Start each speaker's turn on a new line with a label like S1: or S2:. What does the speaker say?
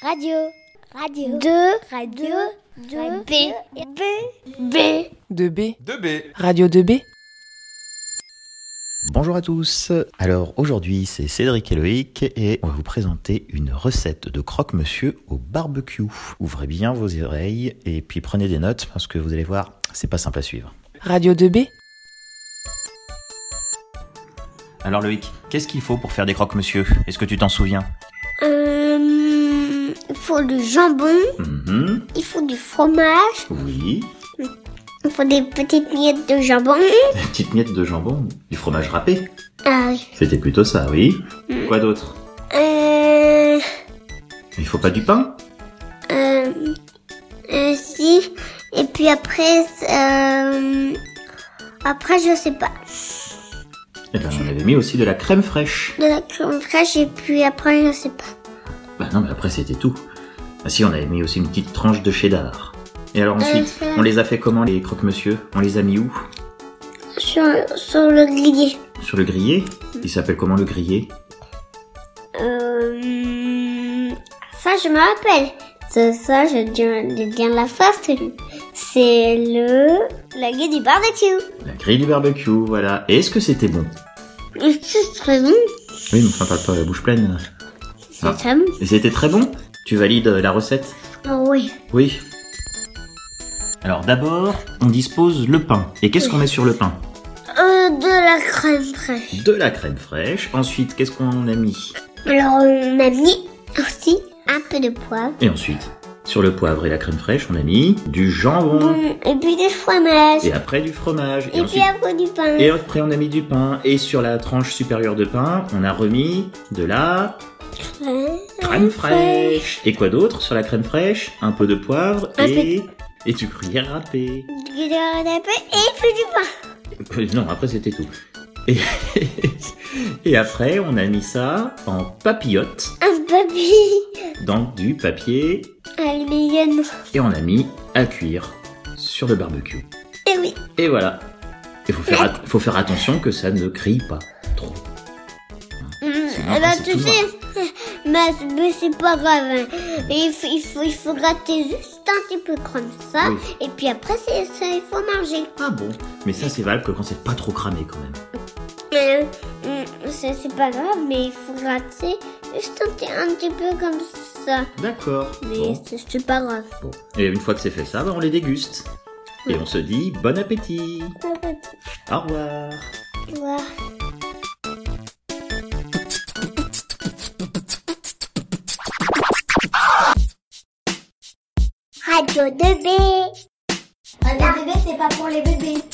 S1: Radio. Radio. De. Radio. De. B. B. B.
S2: 2B,
S3: 2B.
S2: Radio 2B.
S4: Bonjour à tous. Alors aujourd'hui, c'est Cédric et Loïc et on va vous présenter une recette de croque-monsieur au barbecue. Ouvrez bien vos oreilles et puis prenez des notes parce que vous allez voir, c'est pas simple à suivre.
S2: Radio 2B,
S4: Alors Loïc, qu'est-ce qu'il faut pour faire des croque-monsieur Est-ce que tu t'en souviens
S1: Euh, il faut du jambon,
S4: Mhm.
S1: il faut du fromage,
S4: Oui.
S1: il faut des petites miettes de jambon.
S4: Des petites miettes de jambon, du fromage râpé.
S1: Ah oui.
S4: C'était plutôt ça, oui. Quoi d'autre
S1: Euh,
S4: Il faut pas du pain
S1: euh, euh, si. Et puis après, c'est, euh, après je sais pas.
S4: Eh ben, on avait mis aussi de la crème fraîche.
S1: De la crème fraîche et puis après je sais pas.
S4: Bah non, mais après c'était tout. Ah si, on avait mis aussi une petite tranche de cheddar. Et alors ensuite,
S1: Mhm.
S4: on les a fait comment les croque-monsieur On les a mis où
S1: Sur, sur le grillé.
S4: Sur le grillé Il s'appelle comment le grillé
S1: Euh, ça je me rappelle. Ça, ça je tiens je tiens la face. C'est le la gueule du barbecue.
S4: La grille du barbecue, voilà. Et est-ce que c'était bon
S1: C'est très bon.
S4: Oui, mais enfin, parle pas la bouche pleine.
S1: C'est
S4: Ah.
S1: très bon.
S4: Et c'était très bon Tu valides euh, la recette
S1: Oh, oui.
S4: Oui. Alors d'abord, on dispose le pain. Et qu'est-ce qu'on met sur le pain
S1: Euh, de la crème fraîche.
S4: De la crème fraîche. Ensuite, qu'est-ce qu'on a mis
S1: Alors on a mis aussi un peu de poivre.
S4: Et ensuite, sur le poivre et la crème fraîche, on a mis du jambon.
S1: Bon, et puis des fromages.
S4: Mmh. Et après, du fromage.
S1: Et, puis
S4: ensuite-
S1: après du pain.
S4: Et après, on a mis du pain. Et sur la tranche supérieure de pain, on a remis de la crème fraîche. Et quoi d'autre sur la crème fraîche Un peu de poivre
S1: Un
S4: et... Et du gruyère râpé.
S1: Du gras d'apple et puis du pain.
S4: Euh, Non, après, c'était tout. Et... et après, on a mis ça en papillote,
S1: Un papy.
S4: dans du papier.
S1: Almélienne.
S4: Et on a mis à cuire sur le barbecue.
S1: Et oui.
S4: Et voilà. Il faut faire, at- faut faire attention que ça ne grille pas trop.
S1: Mmh,
S4: Sinon,
S1: eh ben,
S4: après, c'est
S1: tu
S4: tout
S1: sais, mais, mais c'est pas grave. hein. Il, faut, il, faut, il faut gratter juste un petit peu comme ça.
S4: Oui.
S1: Et puis après, c'est ça, il faut manger.
S4: Ah bon Mais ça, c'est valable que quand c'est pas trop cramé quand même.
S1: Euh, mm, c'est c'est pas grave, mais il faut gratter juste un, petit- un petit peu comme ça.
S4: D'accord.
S1: Mais
S4: Bon,
S1: c'est- c'est pas grave.
S4: bon. Et une fois que c'est fait ça, bah, on les déguste. Et on se dit bon appétit. Au revoir.
S1: Voilà. Radio 2B. Radio 2B, c'est pas pour les bébés.